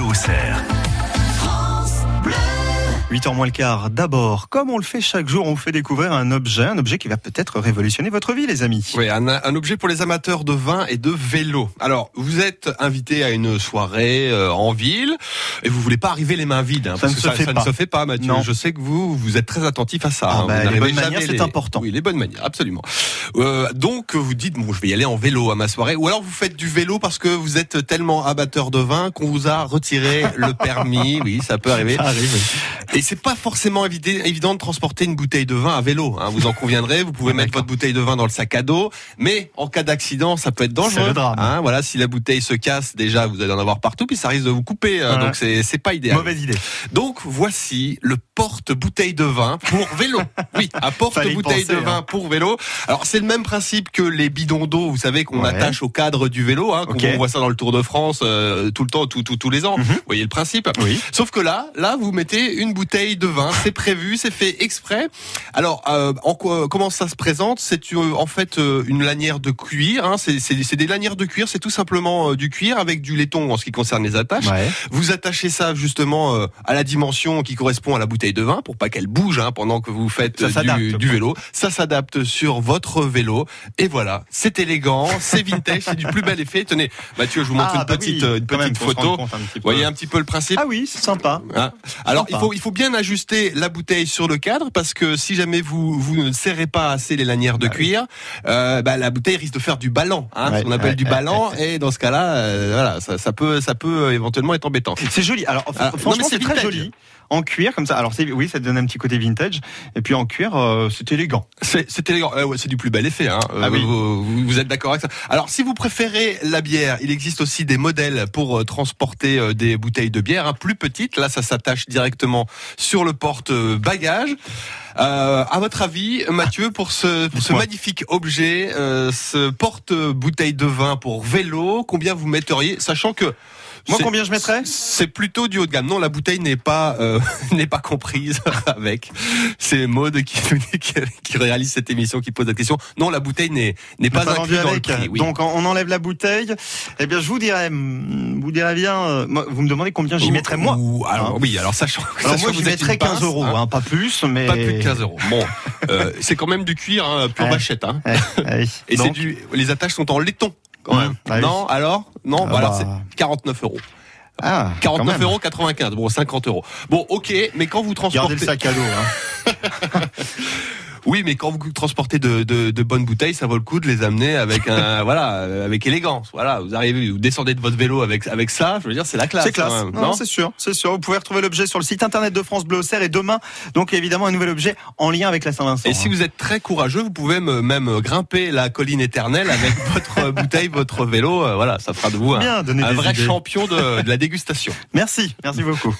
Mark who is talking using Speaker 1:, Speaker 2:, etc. Speaker 1: dessert. 8h moins le quart. D'abord, comme on le fait chaque jour, on vous fait découvrir un objet, un objet qui va peut-être révolutionner votre vie, les amis.
Speaker 2: Oui, un, un objet pour les amateurs de vin et de vélo. Alors, vous êtes invité à une soirée euh, en ville et vous voulez pas arriver les mains vides. hein,
Speaker 1: Ça
Speaker 2: parce
Speaker 1: ne
Speaker 2: que
Speaker 1: se
Speaker 2: ça,
Speaker 1: fait
Speaker 2: ça
Speaker 1: pas.
Speaker 2: ne se fait pas, Mathieu.
Speaker 1: Non.
Speaker 2: Je sais que vous, vous êtes très attentif à ça.
Speaker 1: Ah
Speaker 2: hein. Vous
Speaker 1: bah, les
Speaker 2: n'arrivez
Speaker 1: bonnes manières,
Speaker 2: jamais
Speaker 1: c'est important.
Speaker 2: Oui, les bonnes manières, absolument. Euh, donc, vous dites, bon, je vais y aller en vélo à ma soirée. Ou alors, vous faites du vélo parce que vous êtes tellement amateur de vin qu'on vous a retiré le permis. Oui, ça peut arriver.
Speaker 1: Ça arrive, oui.
Speaker 2: Et c'est pas forcément évité- évident de transporter une bouteille de vin à vélo. hein, vous en conviendrez. Vous pouvez
Speaker 1: Ah,
Speaker 2: mettre
Speaker 1: d'accord.
Speaker 2: votre bouteille de vin dans le sac à dos, mais en cas d'accident, ça peut être dangereux.
Speaker 1: C'est le drame.
Speaker 2: hein. voilà, si la bouteille se casse, déjà vous allez en avoir partout, puis ça risque de vous couper. euh,
Speaker 1: Ouais.
Speaker 2: Donc c'est c'est pas idéal.
Speaker 1: Mauvaise idée.
Speaker 2: Donc voici le porte-bouteille de vin pour vélo. Oui, un
Speaker 1: Fallait
Speaker 2: porte-bouteille
Speaker 1: y
Speaker 2: de
Speaker 1: penser,
Speaker 2: vin
Speaker 1: hein.
Speaker 2: pour vélo. Alors c'est le même principe que les bidons d'eau, vous savez qu'on
Speaker 1: Ouais.
Speaker 2: attache au cadre du vélo, hein, qu'on-
Speaker 1: Ok.
Speaker 2: on voit ça dans le Tour de France euh, tout le temps, tout, tout- tous les ans.
Speaker 1: Mhm.
Speaker 2: Vous voyez le principe
Speaker 1: Oui.
Speaker 2: Sauf que là, là, vous mettez une bouteille de vin. C'est prévu, c'est fait exprès. Alors, euh, en quoi, comment ça se présente C'est euh, en fait euh, une lanière de cuir. hein. C'est- c'est c'est des lanières de cuir. C'est tout simplement euh, du cuir avec du laiton en ce qui concerne les attaches.
Speaker 1: Ouais.
Speaker 2: Vous attachez ça justement euh, à la dimension qui correspond à la bouteille de vin pour pas qu'elle bouge hein, pendant que vous faites
Speaker 1: Ça
Speaker 2: euh, du,
Speaker 1: s'adapte.
Speaker 2: du vélo. Ça s'adapte sur votre vélo et voilà, c'est élégant, c'est vintage, c'est du plus bel effet. Tenez, Mathieu, je vous montre
Speaker 1: Ah,
Speaker 2: une
Speaker 1: bah
Speaker 2: petite,
Speaker 1: oui,
Speaker 2: euh, une
Speaker 1: quand même,
Speaker 2: petite
Speaker 1: faut se
Speaker 2: photo.
Speaker 1: rendre compte un petit peu.
Speaker 2: Vous voyez un petit peu le principe.
Speaker 1: Ah oui, c'est sympa.
Speaker 2: Hein Alors il
Speaker 1: Sympa.
Speaker 2: faut il faut bien ajuster la bouteille sur le cadre parce que si jamais vous vous ne serrez pas assez les lanières de
Speaker 1: Bah oui.
Speaker 2: cuir, euh, bah, la bouteille risque de faire du ballon, hein,
Speaker 1: Ouais,
Speaker 2: ce qu'on appelle
Speaker 1: ouais,
Speaker 2: du
Speaker 1: ouais,
Speaker 2: ballon et dans ce cas-là, euh, voilà, ça, ça peut ça peut euh, éventuellement être embêtant.
Speaker 1: C'est joli. Alors,
Speaker 2: Ah,
Speaker 1: fr-
Speaker 2: non, mais
Speaker 1: franchement,
Speaker 2: c'est
Speaker 1: c'est très
Speaker 2: vintage.
Speaker 1: joli. En cuir, comme ça. Alors, c'est- oui, ça te donne un petit côté vintage. Et puis, en cuir, euh, c'est élégant.
Speaker 2: C'est c'est élégant. Euh, ouais, c'est du plus bel effet. Hein. Euh,
Speaker 1: Ah oui.
Speaker 2: vous, vous- vous êtes d'accord avec ça Alors, si vous préférez la bière, il existe aussi des modèles pour euh, transporter euh, des bouteilles de bière hein, plus petites. Là, ça s'attache directement sur le porte-bagages. Euh, à votre avis, Mathieu, pour ce, pour ce
Speaker 1: Dites-moi.
Speaker 2: magnifique objet, euh, ce porte-bouteille de vin pour vélo, combien vous metteriez Sachant que
Speaker 1: Moi,
Speaker 2: c'est-
Speaker 1: combien je mettrais
Speaker 2: c'est plutôt du haut de gamme. Non, la bouteille n'est pas euh, n'est pas comprise avec. C'est Maud qui, qui qui réalise cette émission, qui pose la question. Non, la bouteille n'est n'est
Speaker 1: Pas,
Speaker 2: pas,
Speaker 1: vendu
Speaker 2: inclue dans le
Speaker 1: avec.
Speaker 2: prix. oui.
Speaker 1: Donc, on on enlève la bouteille. Eh bien, je vous dirais, hmm, vous dirais bien, euh, moi, vous me demandez combien j'y
Speaker 2: Ou-
Speaker 1: mettrais moi.
Speaker 2: ou- alors,
Speaker 1: Hein.
Speaker 2: oui, alors sachant,
Speaker 1: Alors,
Speaker 2: sachant
Speaker 1: moi,
Speaker 2: que
Speaker 1: j'y
Speaker 2: vous êtes
Speaker 1: mettrais
Speaker 2: une pince,
Speaker 1: 15 euros,
Speaker 2: hein,
Speaker 1: hein, pas plus, mais.
Speaker 2: Pas plus de 15 euros. Bon, euh, c'est quand même du cuir hein, pure
Speaker 1: Ouais.
Speaker 2: machette. Hein.
Speaker 1: Ouais,
Speaker 2: Et c'est
Speaker 1: donc,
Speaker 2: du, les attaches sont en laiton. Quand même.
Speaker 1: Mmh, bah oui.
Speaker 2: non, alors non,
Speaker 1: Ah
Speaker 2: bah alors
Speaker 1: bah.
Speaker 2: c'est 49 euros.
Speaker 1: ah, quand
Speaker 2: 49
Speaker 1: même.
Speaker 2: euros 95. Bon, 50 euros. Bon, ok, mais quand vous
Speaker 1: Gardez
Speaker 2: transportez,
Speaker 1: le sac à dos. hein.
Speaker 2: Oui, mais quand vous transportez de, de, de bonnes bouteilles, ça vaut le coup de les amener avec un voilà, euh, avec élégance. Voilà, vous arrivez, vous descendez de votre vélo avec avec ça. Je veux dire, c'est la classe.
Speaker 1: C'est classe.
Speaker 2: quand même,
Speaker 1: Non, c'est sûr, c'est sûr. Vous pouvez retrouver l'objet sur le site internet de France Bleu Auxerre et demain, donc évidemment, un nouvel objet en lien avec la Saint-Vincent. hein.
Speaker 2: et si vous êtes très courageux, vous pouvez me- même grimper la colline éternelle avec votre bouteille, votre vélo. euh, Voilà, ça fera de vous un,
Speaker 1: Bien, donnez
Speaker 2: un
Speaker 1: des
Speaker 2: vrai
Speaker 1: idées.
Speaker 2: champion de, de la dégustation.
Speaker 1: Merci, merci beaucoup.